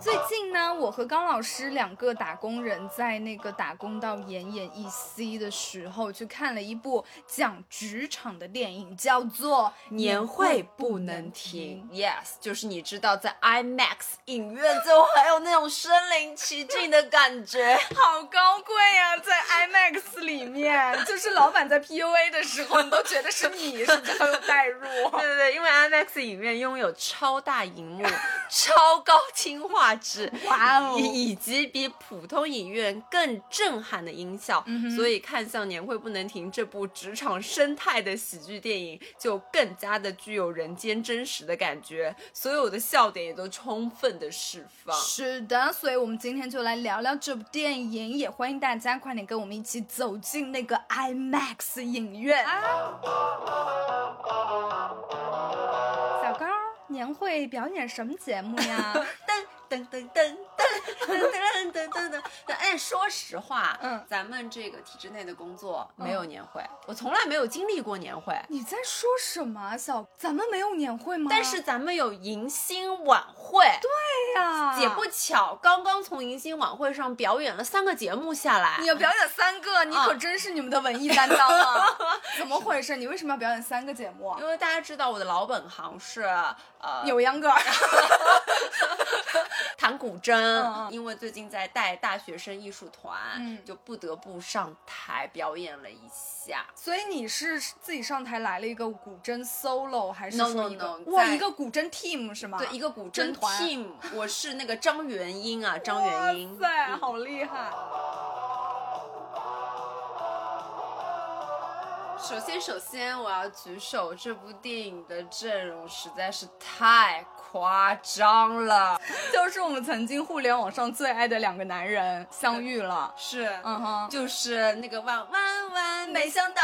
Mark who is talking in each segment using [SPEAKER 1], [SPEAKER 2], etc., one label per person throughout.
[SPEAKER 1] 最近呢，我和高老师两个打工人在那个打工到奄奄一息的时候，去看了一部讲职场的电影，叫做《
[SPEAKER 2] 年会不能停》，yes，就是你知道在 IMAX 影院最后还有那种身临其境的感觉。
[SPEAKER 1] 好高贵啊，在 IMAX 里面，就是老板在 PUA 的时候，你都觉得是你，是不是很有代入？
[SPEAKER 2] 对对对，因为 IMAX 影院拥有超大荧 幕、超高清画质，
[SPEAKER 1] 哇哦
[SPEAKER 2] 以以及比普通影院更震撼的音效，
[SPEAKER 1] 嗯
[SPEAKER 2] 所以看向《年会不能停》这部职场生态的喜剧电影，就更加的具有人间真实的感觉，所有的笑点也都充分的释放。
[SPEAKER 1] 是的，所以我们今天就来聊聊这部电影，也欢迎大家快点跟我们一起走进那个 IMAX 影院。
[SPEAKER 2] 啊
[SPEAKER 1] 小高，年会表演什么节目呀？
[SPEAKER 2] 呃 噔噔噔噔噔噔噔噔噔。哎，说实话，
[SPEAKER 1] 嗯
[SPEAKER 2] 咱们这个体制内的工作没有年会，我从来没有经历过年会。
[SPEAKER 1] 你在说什么啊，小？咱们没有年会吗？
[SPEAKER 2] 但是咱们有迎新晚会，
[SPEAKER 1] 对呀，
[SPEAKER 2] 也不巧，刚刚从迎新晚会上表演了三个节目下来
[SPEAKER 1] 你。要表演三
[SPEAKER 2] 啊
[SPEAKER 1] 个，你可真是你们的文艺担当啊！怎么回事？你为什么要表演三个节目啊？
[SPEAKER 2] 因为大家知道我的老本行是呃
[SPEAKER 1] 扭秧歌儿，
[SPEAKER 2] 弹古筝，
[SPEAKER 1] 嗯嗯
[SPEAKER 2] 因为最近在带大学生艺术团，
[SPEAKER 1] 嗯
[SPEAKER 2] 就不得不上台表演了一下。
[SPEAKER 1] 所以你是自己上台来了一个古筝 solo，还是
[SPEAKER 2] No,
[SPEAKER 1] 说一
[SPEAKER 2] no,
[SPEAKER 1] 个
[SPEAKER 2] no，
[SPEAKER 1] 哇
[SPEAKER 2] 在
[SPEAKER 1] 一个古筝 team 是吗？
[SPEAKER 2] 对，一个古筝
[SPEAKER 1] 啊真团
[SPEAKER 2] team，我是那个张元英啊，张元英。
[SPEAKER 1] 哇塞，好厉害！
[SPEAKER 2] 首先，首先我要举手，这部电影的阵容实在是太夸张了。
[SPEAKER 1] 就是我们曾经互联网上最爱的两个男人相遇了。
[SPEAKER 2] 是，
[SPEAKER 1] 嗯哼，
[SPEAKER 2] 就是那个万万万没想到，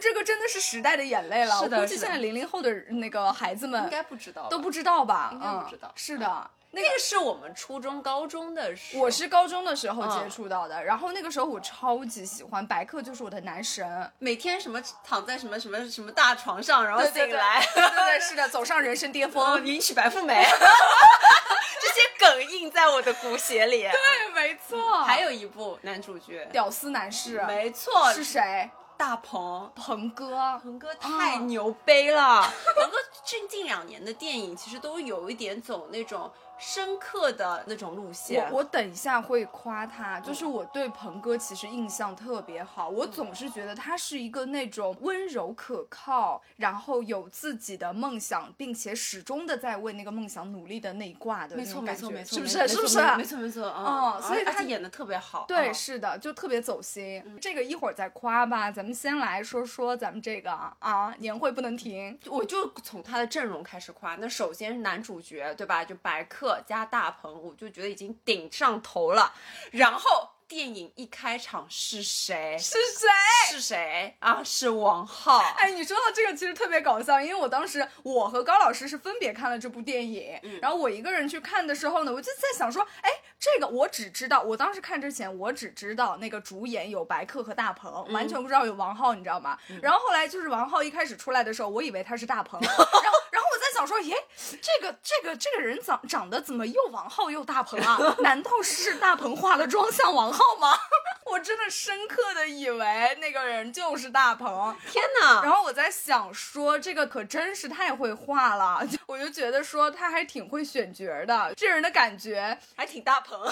[SPEAKER 1] 这个真的是时代的眼泪了。
[SPEAKER 2] 是的
[SPEAKER 1] 我估计
[SPEAKER 2] 是的
[SPEAKER 1] 现在零零后的那个孩子们
[SPEAKER 2] 应呃该不知道吧，
[SPEAKER 1] 都不知道吧？
[SPEAKER 2] 应该不知道
[SPEAKER 1] 嗯、是的。那
[SPEAKER 2] 那个是我们初中、高中的事。
[SPEAKER 1] 我是高中的时候
[SPEAKER 2] 嗯
[SPEAKER 1] 接触到的，然后那个时候我超级喜欢白客，就是我的男神。
[SPEAKER 2] 每天什么躺在什么什么什么大床上，然后
[SPEAKER 1] 对对
[SPEAKER 2] 醒来，
[SPEAKER 1] 对对 对，是的，走上人生巅峰。
[SPEAKER 2] 迎娶白富美， 这些梗印在我的骨血里。
[SPEAKER 1] 对，没错。
[SPEAKER 2] 还
[SPEAKER 1] 有
[SPEAKER 2] 有一部男主角，
[SPEAKER 1] 屌丝男士，
[SPEAKER 2] 没错，
[SPEAKER 1] 是谁？
[SPEAKER 2] 大鹏。
[SPEAKER 1] 鹏哥。
[SPEAKER 2] 鹏哥太牛掰了！鹏哥近近两年的电影其实都有一点走那种深刻的那种路线。
[SPEAKER 1] 我我等一下会夸他，就是我对鹏哥其实印象特别好，
[SPEAKER 2] 嗯
[SPEAKER 1] 我总是觉得他是一个那种温柔可靠，然后有自己的梦想，并且始终的在为那个梦想努力的那一挂的那
[SPEAKER 2] 没错
[SPEAKER 1] 种
[SPEAKER 2] 没
[SPEAKER 1] 感
[SPEAKER 2] 错
[SPEAKER 1] 觉，
[SPEAKER 2] 没错，
[SPEAKER 1] 是不
[SPEAKER 2] 没
[SPEAKER 1] 是？是
[SPEAKER 2] 错
[SPEAKER 1] 不是？
[SPEAKER 2] 没错没错，
[SPEAKER 1] 哦
[SPEAKER 2] 嗯，
[SPEAKER 1] 所以
[SPEAKER 2] 而
[SPEAKER 1] 他
[SPEAKER 2] 且演的特别好。
[SPEAKER 1] 对，
[SPEAKER 2] 嗯
[SPEAKER 1] 是的，就特别走心。这个一会儿再夸吧，咱们先来说说咱们这个啊，年会不能停。
[SPEAKER 2] 我就从他的阵容开始夸。那首先是男主角，对吧？就白客加大鹏，我就觉得已经顶上头了。然后电影一开场是谁？
[SPEAKER 1] 是谁？
[SPEAKER 2] 是谁啊？是王浩。
[SPEAKER 1] 哎，你说到这个其实特别搞笑，因为我当时我和高老师是分别看了这部电影，然后我一个人去看的时候呢，我就在想说，哎，这个我只知道，我当时看之前我只知道那个主演有白客和大鹏，完全不知道有王浩，你知道吗？然后后来就是王浩一开始出来的时候，我以为他是大鹏，然后然后我在想说，耶，这个这个这个人长长得怎么又王浩又大鹏啊？难道是大鹏化了妆像王浩吗？ 我真的深刻的以为那个人就是大鹏，
[SPEAKER 2] 天哪！
[SPEAKER 1] 然后我在想说，这个可真是太会画了，就我就觉得说他还挺会选角的，这人的感觉
[SPEAKER 2] 还挺大鹏，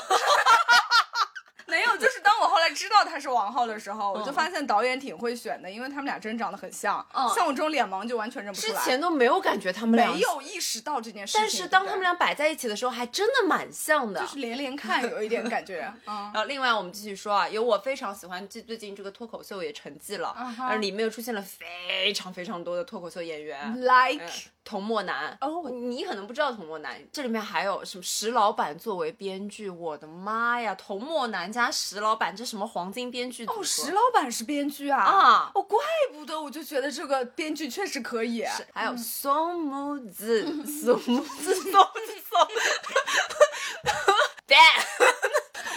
[SPEAKER 1] 还是王浩的时候，我
[SPEAKER 2] 嗯
[SPEAKER 1] 就发现导演挺会选的，因为他们俩真长得很像，
[SPEAKER 2] 嗯
[SPEAKER 1] 像我这种脸盲就完全认不出
[SPEAKER 2] 之
[SPEAKER 1] 来。
[SPEAKER 2] 前都没有感觉他们俩
[SPEAKER 1] 没有意识到这件事情，
[SPEAKER 2] 但是当他们
[SPEAKER 1] 俩
[SPEAKER 2] 俩摆在一起的时候，还真的蛮像的。
[SPEAKER 1] 就是连连看，有一点感觉，嗯
[SPEAKER 2] 然后呃另外我们继续说啊，有我非常喜欢，最最近这个脱口秀也沉寂了，
[SPEAKER 1] 啊哈
[SPEAKER 2] 而里面又出现了非常非常多的脱口秀演员。
[SPEAKER 1] ，like
[SPEAKER 2] 嗯童漠男
[SPEAKER 1] 哦
[SPEAKER 2] 你可能不知道童漠男，这里面还有什么石老板作为编剧，我的妈呀，童漠男加石老板，这什么黄金编剧组合
[SPEAKER 1] 哦，石老板是编剧啊，
[SPEAKER 2] 啊
[SPEAKER 1] 哦，怪不得我就觉得这个编剧确实可以，
[SPEAKER 2] 是还有松木子， 松木子，松木子， 松。对，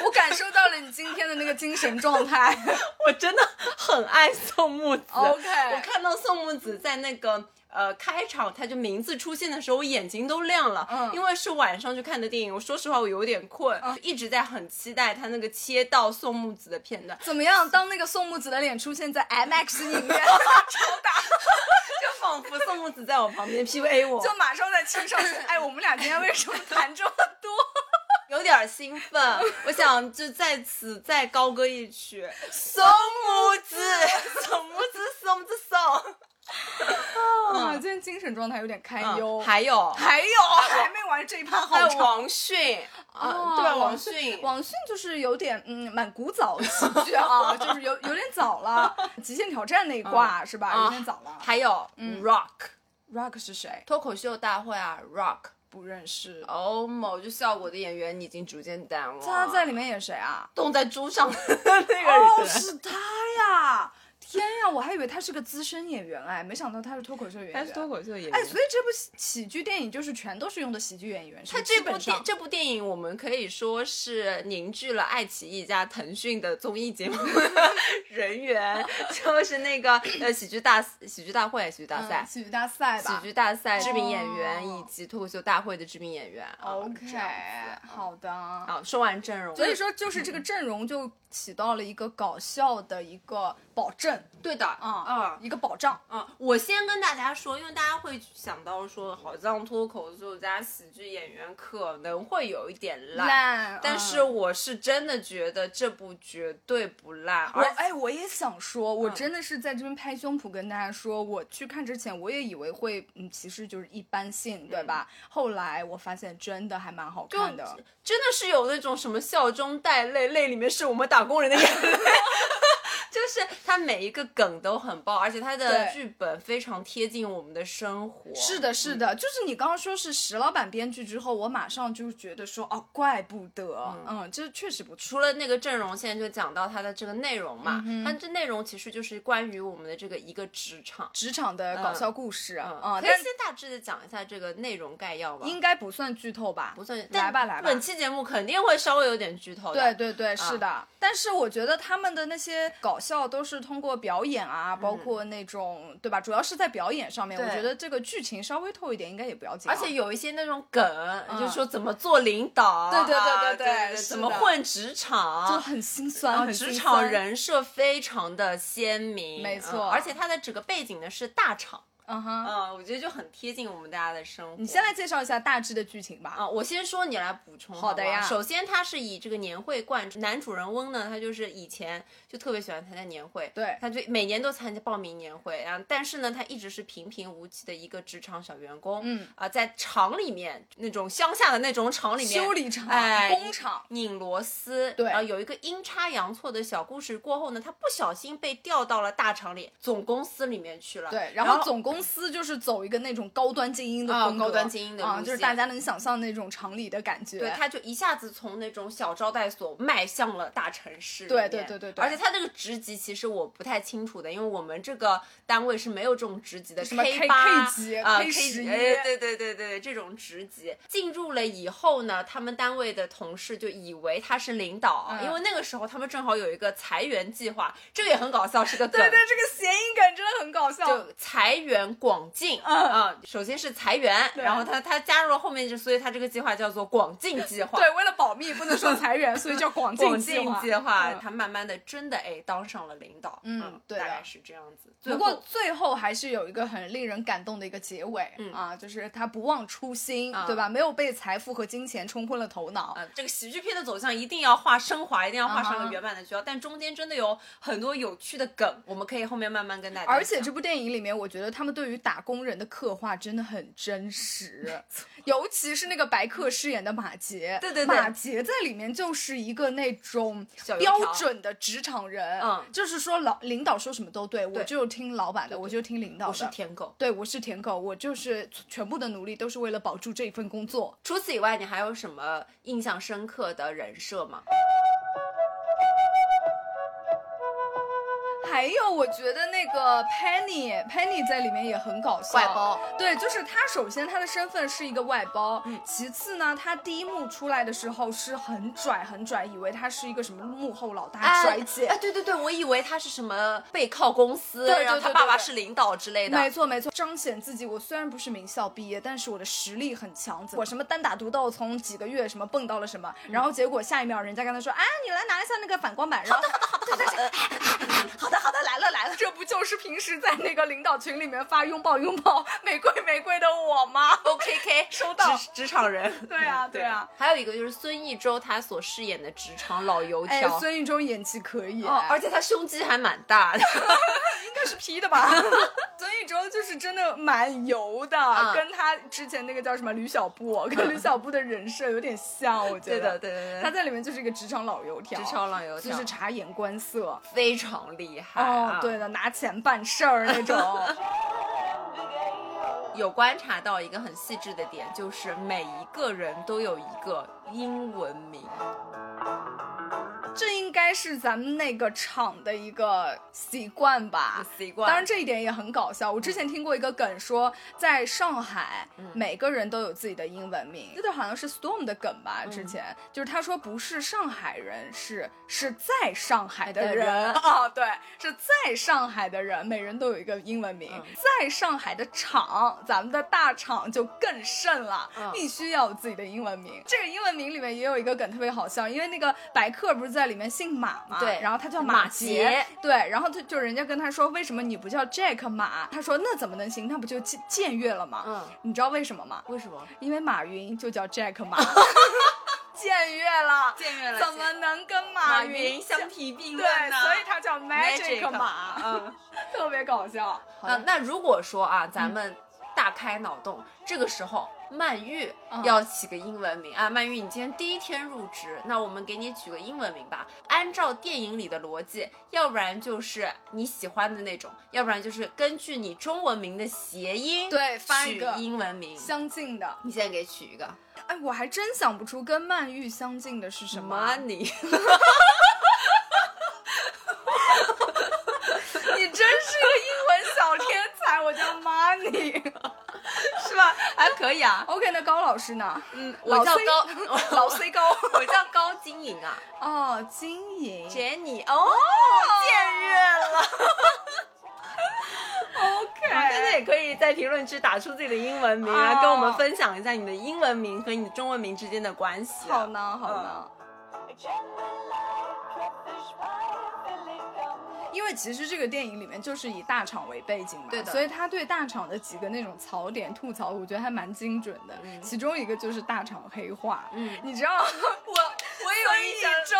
[SPEAKER 1] 我感受到了你今天的那个精神状态。
[SPEAKER 2] 我真的很爱宋木子。
[SPEAKER 1] OK
[SPEAKER 2] 我看到宋木子在那个。呃，开场他就名字出现的时候，我眼睛都亮了，
[SPEAKER 1] 嗯
[SPEAKER 2] 因为是晚上去看的电影。我说实话，我有点困，一直在很期待他那个切到宋木子的片段。
[SPEAKER 1] 怎么样？当那个宋木子的脸出现在 MX 影 院，超大，
[SPEAKER 2] 就仿佛宋木子在我旁边 PUA 我，就
[SPEAKER 1] 就马上在亲上去。哎，我们俩今天为什么谈这么多？
[SPEAKER 2] 有点兴奋。我想就在此再高歌一曲，宋木子，宋木子，宋木子宋。
[SPEAKER 1] 啊，今天精神状态有点堪忧。
[SPEAKER 2] 嗯还有
[SPEAKER 1] 还有，还没完这一趴，
[SPEAKER 2] 还
[SPEAKER 1] 好
[SPEAKER 2] 有
[SPEAKER 1] 长。
[SPEAKER 2] 王迅啊，对吧？王迅，
[SPEAKER 1] 王迅就是有点嗯，蛮古早的喜剧 啊，就是有有点早了，《极限挑战》那一挂是吧？
[SPEAKER 2] 啊
[SPEAKER 1] 有点早了。
[SPEAKER 2] 还有 Rock
[SPEAKER 1] Rock 是谁？
[SPEAKER 2] 嗯脱口秀大会啊，Rock
[SPEAKER 1] 不认识。
[SPEAKER 2] 哦，某就效果的演员，你已经逐渐淡忘。
[SPEAKER 1] 他在里面演谁啊？
[SPEAKER 2] 冻在猪 上的那个人，
[SPEAKER 1] 哦，是他呀！天呀，我还以为他是个资深演员哎，没想到他是脱口秀演员。
[SPEAKER 2] 口秀演
[SPEAKER 1] 哎，所以这部喜喜剧电影就是全都是用的喜剧演员，是
[SPEAKER 2] 他
[SPEAKER 1] 吗
[SPEAKER 2] 哎这
[SPEAKER 1] 基
[SPEAKER 2] 部
[SPEAKER 1] 本上
[SPEAKER 2] 电这部电影，我们可以说是凝聚了爱奇艺加腾讯的综艺节目 人 员，就是那个呃喜剧大喜剧大会、喜剧大
[SPEAKER 1] 嗯
[SPEAKER 2] 赛、
[SPEAKER 1] 喜剧大赛
[SPEAKER 2] 嗯喜
[SPEAKER 1] 吧。
[SPEAKER 2] 剧大赛知名演员
[SPEAKER 1] 哦
[SPEAKER 2] 以及脱口秀大会的知名演员。啊
[SPEAKER 1] OK，
[SPEAKER 2] 这样子
[SPEAKER 1] 嗯好的。
[SPEAKER 2] 啊，说完阵容，
[SPEAKER 1] 所以说，就是嗯这个阵容就起到了一个搞笑的一个保证
[SPEAKER 2] 对的，
[SPEAKER 1] 啊，
[SPEAKER 2] 嗯
[SPEAKER 1] 一个保障。
[SPEAKER 2] 嗯，我先跟大家说，因为大家会想到说，好像脱口秀加喜剧演员可能会有一点烂，
[SPEAKER 1] 烂
[SPEAKER 2] 但
[SPEAKER 1] 嗯
[SPEAKER 2] 是我是真的觉得这部绝对不烂，
[SPEAKER 1] 我
[SPEAKER 2] 而嗯
[SPEAKER 1] 哎，我也想说，我真的是在这边拍胸脯跟大家说，我去看之前我也以为会，嗯，其实就是一般性，对吧？
[SPEAKER 2] 嗯
[SPEAKER 1] 后来我发现真的还蛮好看的，
[SPEAKER 2] 真的是有那种什么笑中带泪，泪里面是我们打工人的眼泪。 就是它每一个梗都很爆，而且它的
[SPEAKER 1] 对
[SPEAKER 2] 剧本非常贴近我们的生活。
[SPEAKER 1] 是的，是
[SPEAKER 2] 嗯
[SPEAKER 1] 的，就是你刚刚说是石老板编剧之后，我马上就觉得说，哦，怪不得，嗯这确实不错。
[SPEAKER 2] 除了那个阵容，现在就讲到它的这个内容嘛，
[SPEAKER 1] 嗯
[SPEAKER 2] 它这内容其实就是关于我们的这个一个职场。
[SPEAKER 1] 职场的搞笑故事，
[SPEAKER 2] 嗯，
[SPEAKER 1] 啊，
[SPEAKER 2] 可以
[SPEAKER 1] 但
[SPEAKER 2] 先大致的讲一下这个内容概要吧。
[SPEAKER 1] 应该不算剧透吧？
[SPEAKER 2] 不算，
[SPEAKER 1] 来吧
[SPEAKER 2] 但
[SPEAKER 1] 来吧
[SPEAKER 2] 本期节目肯定会稍微有点剧透的。啊
[SPEAKER 1] 对对对，是的。但是我觉得他们的那些搞笑都是通过表演啊，包括那种对吧？主要是在表演上面，我
[SPEAKER 2] 嗯对
[SPEAKER 1] 觉得这个剧情稍微透一点应该也不要紧啊。
[SPEAKER 2] 而且有一些那种梗，就是说怎么做领导啊，
[SPEAKER 1] 对对对对
[SPEAKER 2] 嗯对
[SPEAKER 1] 对是
[SPEAKER 2] 怎么
[SPEAKER 1] 的
[SPEAKER 2] 混职场，
[SPEAKER 1] 就很心酸，很
[SPEAKER 2] 啊哦职
[SPEAKER 1] 心
[SPEAKER 2] 场
[SPEAKER 1] 酸，
[SPEAKER 2] 人设非常的鲜明，
[SPEAKER 1] 没
[SPEAKER 2] 嗯
[SPEAKER 1] 错
[SPEAKER 2] 而且它的整个背景呢是大厂，
[SPEAKER 1] 嗯哼。
[SPEAKER 2] 嗯，我觉得就很贴近我们大家的生活。
[SPEAKER 1] 你先来介绍一下大致的剧情吧。
[SPEAKER 2] 啊，我先说，你来补充
[SPEAKER 1] 好的
[SPEAKER 2] 不
[SPEAKER 1] 呀
[SPEAKER 2] 首先，他是以这个年会贯彻，男主人翁呢，他就是以前就特别喜欢参加年会，
[SPEAKER 1] 对
[SPEAKER 2] 他就每年都参加报名年会，然后但是呢，他一直是平平无奇的一个职场小员工，
[SPEAKER 1] 嗯
[SPEAKER 2] 啊、在厂里面那种乡下的那种厂里面
[SPEAKER 1] 修理厂、
[SPEAKER 2] 哎，
[SPEAKER 1] 工厂，
[SPEAKER 2] 拧螺丝，
[SPEAKER 1] 对
[SPEAKER 2] 然后有一个阴差阳错的小故事过后呢，他不小心被调到了大厂里，总公司里面去了，
[SPEAKER 1] 对，
[SPEAKER 2] 然
[SPEAKER 1] 然后总公司就是走一个那种高端精英的
[SPEAKER 2] 啊
[SPEAKER 1] 风格，
[SPEAKER 2] 高端精英的
[SPEAKER 1] 啊，
[SPEAKER 2] 路
[SPEAKER 1] 就是
[SPEAKER 2] 线
[SPEAKER 1] 大家能想象那种厂里的感觉。
[SPEAKER 2] 对，他就一下子从那种小招待所迈向了大城市里
[SPEAKER 1] 对
[SPEAKER 2] 面。
[SPEAKER 1] 对对对对
[SPEAKER 2] 而且他这个职级其实我不太清楚的，因为我们这个单位是没有这种职级的，
[SPEAKER 1] 什么 K-
[SPEAKER 2] 八
[SPEAKER 1] K 级
[SPEAKER 2] 啊
[SPEAKER 1] K
[SPEAKER 2] 级，
[SPEAKER 1] 11
[SPEAKER 2] 哎对对对对，这种职级进入了以后呢，他们单位的同事就以为他是领导，
[SPEAKER 1] 嗯
[SPEAKER 2] 因为那个时候他们正好有一个裁员计划，这个也很搞笑，是个梗。
[SPEAKER 1] 对对，这个谐音梗真的很搞笑。
[SPEAKER 2] 就裁员人广进啊、
[SPEAKER 1] 嗯
[SPEAKER 2] 首先是裁员，
[SPEAKER 1] 对
[SPEAKER 2] 然后他他加入了后面就，所以他这个计划叫做广进计划。
[SPEAKER 1] 对，为了保密不能说裁员，所以叫广
[SPEAKER 2] 广
[SPEAKER 1] 进
[SPEAKER 2] 进计
[SPEAKER 1] 计
[SPEAKER 2] 划，
[SPEAKER 1] 嗯
[SPEAKER 2] 他慢慢的真的哎当上了领导，
[SPEAKER 1] 嗯对的
[SPEAKER 2] 大概是这样子。最
[SPEAKER 1] 不
[SPEAKER 2] 后
[SPEAKER 1] 过最后还是有一个很令人感动的一个结尾、
[SPEAKER 2] 嗯
[SPEAKER 1] 啊，就是他不忘初心，
[SPEAKER 2] 啊
[SPEAKER 1] 对吧？没有被财富和金钱冲昏了头脑。
[SPEAKER 2] 啊，这个喜剧片的走向一定要画升华，一定要画上
[SPEAKER 1] 啊
[SPEAKER 2] 个
[SPEAKER 1] 哈
[SPEAKER 2] 圆满的句号，但中间真的有很多有趣的梗，我们可以后面慢慢跟大家讲。
[SPEAKER 1] 而且这部电影里面，我觉得他们对于打工人的刻画真的很真实，尤其是那个白客饰演的马杰，
[SPEAKER 2] 对对对
[SPEAKER 1] 马杰在里面就是一个那种
[SPEAKER 2] 小油条
[SPEAKER 1] 标准的职场人，
[SPEAKER 2] 嗯
[SPEAKER 1] 就是说老领导说什么都对，我
[SPEAKER 2] 对
[SPEAKER 1] 就听老板的，我就听领导
[SPEAKER 2] 我是
[SPEAKER 1] 的。
[SPEAKER 2] 舔狗。
[SPEAKER 1] 对，我是舔狗，我就是全部的努力都是为了保住这一份工作。
[SPEAKER 2] 除此以外，你还有什么印象深刻的人设吗？
[SPEAKER 1] 还有，我觉得那个 Penny Penny 在里面也很搞笑，
[SPEAKER 2] 外包，嗯
[SPEAKER 1] 对，就是他首先他的身份是一个外包，其次呢，他第一幕出来的时候是很拽很拽，以为他是一个什么幕后老大拽啊 姐。
[SPEAKER 2] 哎，对对对，我以为他是什么背靠公司，
[SPEAKER 1] 对对
[SPEAKER 2] 然后他
[SPEAKER 1] 对对
[SPEAKER 2] 爸爸
[SPEAKER 1] 对
[SPEAKER 2] 是领导之类的。
[SPEAKER 1] 没错没错，彰显自己。我虽然不是名校毕业，但是我的实力很强。我什么单打独斗，从几个月什么蹦到了什么，然后结果下一秒人家跟他说啊，你来拿一下那个反光板。好的好的好的好的，好的好的来了来了。这不就是平时在那个领导群里面发拥抱拥抱玫瑰玫瑰的我吗？
[SPEAKER 2] O K K，
[SPEAKER 1] 收到
[SPEAKER 2] 职职场人。
[SPEAKER 1] 对啊 对啊。
[SPEAKER 2] 还有一个就是孙艺洲他所饰演的职场老油
[SPEAKER 1] 哎
[SPEAKER 2] 条，，
[SPEAKER 1] 孙艺洲演技可以，
[SPEAKER 2] 哦，而且他胸肌还蛮大的。
[SPEAKER 1] 应该是 P 的吧？孙艺洲就是真的蛮油的，
[SPEAKER 2] 嗯
[SPEAKER 1] 跟他之前那个叫什么吕小布，跟吕小布的人设有点像，我觉
[SPEAKER 2] 对
[SPEAKER 1] 得
[SPEAKER 2] 的，。对对对，
[SPEAKER 1] 他在里面就是一个职场老油条，
[SPEAKER 2] 职场老油条
[SPEAKER 1] 就是察言观色。
[SPEAKER 2] 非常厉害。
[SPEAKER 1] 哦
[SPEAKER 2] 啊，
[SPEAKER 1] 对的，拿钱办事儿那种。
[SPEAKER 2] 有观察到一个很细致的点，就是每一个人都有一个英文名。
[SPEAKER 1] 这应该是咱们那个厂的一个习惯吧。
[SPEAKER 2] 习惯嗯
[SPEAKER 1] 当然这一点也很搞笑。我之前听过一个梗说，在上海、每个人都有自己的英文名，这个好像是 Storm 的梗吧？之
[SPEAKER 2] 嗯
[SPEAKER 1] 前、就是他说不是上海人，是是在上海的
[SPEAKER 2] 的人
[SPEAKER 1] 人啊、对，是在上海的人，每人都有一个英文名。
[SPEAKER 2] 嗯
[SPEAKER 1] 在上海的厂，咱们的大厂就更甚了，
[SPEAKER 2] 嗯
[SPEAKER 1] 必须要有自己的英文名。这个英文名里面也有一个梗特别好笑，因为那个白客不是在里面姓马嘛，
[SPEAKER 2] 对
[SPEAKER 1] 然后他叫
[SPEAKER 2] 马
[SPEAKER 1] 杰，
[SPEAKER 2] 杰
[SPEAKER 1] 对，然后他就人家跟他说为什么你不叫 Jack 马，他说那怎么能行，那不就僭僭越了吗？
[SPEAKER 2] 嗯，
[SPEAKER 1] 你知道为什么吗？
[SPEAKER 2] 为什么？
[SPEAKER 1] 因为马云就叫 Jack 马，僭越了，
[SPEAKER 2] 僭越了
[SPEAKER 1] 怎么能跟
[SPEAKER 2] 马
[SPEAKER 1] 马
[SPEAKER 2] 云
[SPEAKER 1] 相
[SPEAKER 2] 相提并
[SPEAKER 1] 对，
[SPEAKER 2] 论呢？
[SPEAKER 1] 所以他叫
[SPEAKER 2] Magic
[SPEAKER 1] Magic 马，
[SPEAKER 2] 嗯，
[SPEAKER 1] 特别搞笑。
[SPEAKER 2] 那
[SPEAKER 1] 好的嗯
[SPEAKER 2] 那如果说啊，咱们大开脑洞，这个时候曼玉
[SPEAKER 1] 嗯
[SPEAKER 2] 要起个英文名、啊，曼玉，你今天第一天入职，那我们给你取个英文名吧。按照电影里的逻辑，要不然就是你喜欢的那种，要不然就是根据你中文名的谐音
[SPEAKER 1] 对翻一
[SPEAKER 2] 取
[SPEAKER 1] 个
[SPEAKER 2] 英文名。
[SPEAKER 1] 相近的，
[SPEAKER 2] 你现在给取一个
[SPEAKER 1] 哎，我还真想不出跟曼玉相近的是什么啊。
[SPEAKER 2] money，
[SPEAKER 1] 你真是个英文小天才，我叫 money，是吧
[SPEAKER 2] 还可以啊。
[SPEAKER 1] ？OK，那高老师呢？
[SPEAKER 2] 嗯，
[SPEAKER 1] 老
[SPEAKER 2] 我叫
[SPEAKER 1] C
[SPEAKER 2] 高，
[SPEAKER 1] 老 C 高。
[SPEAKER 2] 我叫高晶莹啊
[SPEAKER 1] 哦，金莹。
[SPEAKER 2] ，Jenny 哦，
[SPEAKER 1] 僭越了。OK，
[SPEAKER 2] 大家也可以在评论区打出自己的英文名啊，
[SPEAKER 1] 哦
[SPEAKER 2] 跟我们分享一下你的英文名和你的中文名之间的关系。
[SPEAKER 1] 好呢，好呢。因为其实这个电影里面就是以大厂为背景嘛，
[SPEAKER 2] 对的
[SPEAKER 1] 所以他对大厂的几个那种槽点吐槽，我觉得还蛮精准的。
[SPEAKER 2] 嗯
[SPEAKER 1] 其中一个就是大厂黑化，
[SPEAKER 2] 嗯
[SPEAKER 1] 你知道我我有
[SPEAKER 2] 印象
[SPEAKER 1] 周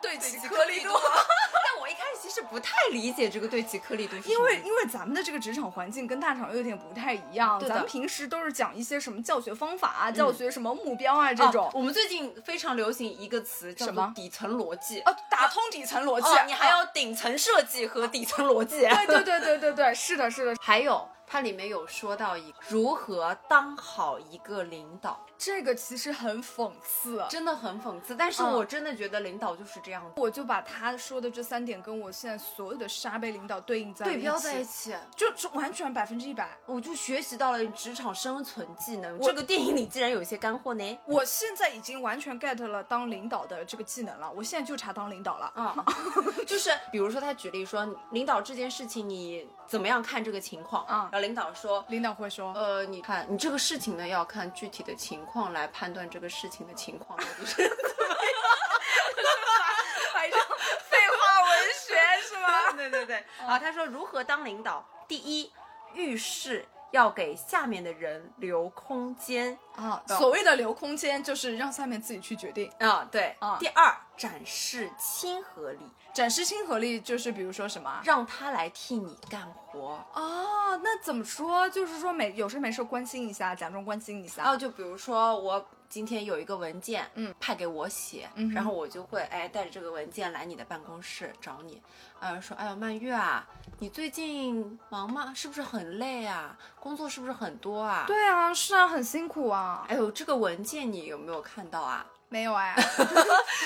[SPEAKER 1] 对齐颗粒度，
[SPEAKER 2] 但我一开始其实不太理解这个对齐颗粒度是什么意
[SPEAKER 1] 因
[SPEAKER 2] 思，
[SPEAKER 1] 为因为咱们的这个职场环境跟大厂有点不太一样，
[SPEAKER 2] 对的
[SPEAKER 1] 咱们平时都是讲一些什么教学方法啊、教学什么目标啊这种
[SPEAKER 2] 哦，我们最近非常流行一个词叫
[SPEAKER 1] 什
[SPEAKER 2] 做
[SPEAKER 1] 么
[SPEAKER 2] 底层逻辑。
[SPEAKER 1] 哦，打通底层逻辑，
[SPEAKER 2] 哦，你还
[SPEAKER 1] 啊
[SPEAKER 2] 要顶层设计和底层逻辑。
[SPEAKER 1] 对对对对对对，是的，是的，
[SPEAKER 2] 还有它里面有说到一如何当好一个领导，
[SPEAKER 1] 这个其实很讽刺。啊
[SPEAKER 2] 真的很讽刺。但是
[SPEAKER 1] 嗯
[SPEAKER 2] 我真的觉得领导就是这样子，
[SPEAKER 1] 我就把他说的这三点跟我现在所有的沙杯领导对应在
[SPEAKER 2] 对标在
[SPEAKER 1] 在
[SPEAKER 2] 一，起。
[SPEAKER 1] 就是完全百分之一百。
[SPEAKER 2] 我就学习到了职场生存技能。
[SPEAKER 1] 我
[SPEAKER 2] 这个电影里竟然有一些干货呢。
[SPEAKER 1] 我现在已经完全 get 了当领导的这个技能了，我现在就差当领导了。
[SPEAKER 2] 啊、 就是比如说他举例说，领导这件事情你怎么样看这个情况？
[SPEAKER 1] 嗯
[SPEAKER 2] 然后呃领导说，
[SPEAKER 1] 领导会说，
[SPEAKER 2] 呃，你看你这个事情呢，要看具体的情况来判断这个事情的情况到底是
[SPEAKER 1] 反正废话文学是吗？
[SPEAKER 2] 对对对，啊，他说如何当领导，第一，遇事要给下面的人留空间
[SPEAKER 1] 啊，
[SPEAKER 2] 懂
[SPEAKER 1] 所谓的留空间就是让下面自己去决定，
[SPEAKER 2] 啊，对
[SPEAKER 1] 啊
[SPEAKER 2] 第二，展示亲和力，
[SPEAKER 1] 展示亲和力就是比如说什么啊
[SPEAKER 2] 让他来替你干活。
[SPEAKER 1] 哦，那怎么说？就是说没有事没事关心一下，假装关心一下。
[SPEAKER 2] 然后就比如说我今天有一个文件，
[SPEAKER 1] 嗯，
[SPEAKER 2] 派给我写，
[SPEAKER 1] 嗯哼
[SPEAKER 2] 然后我就会哎带着这个文件来你的办公室找你，呃说哎呀曼月啊，你最近忙吗？是不是很累啊？工作是不是很多啊？。
[SPEAKER 1] 对啊，是啊，很辛苦啊。
[SPEAKER 2] 哎呦，这个文件你有没有看到啊？
[SPEAKER 1] 没有 哎，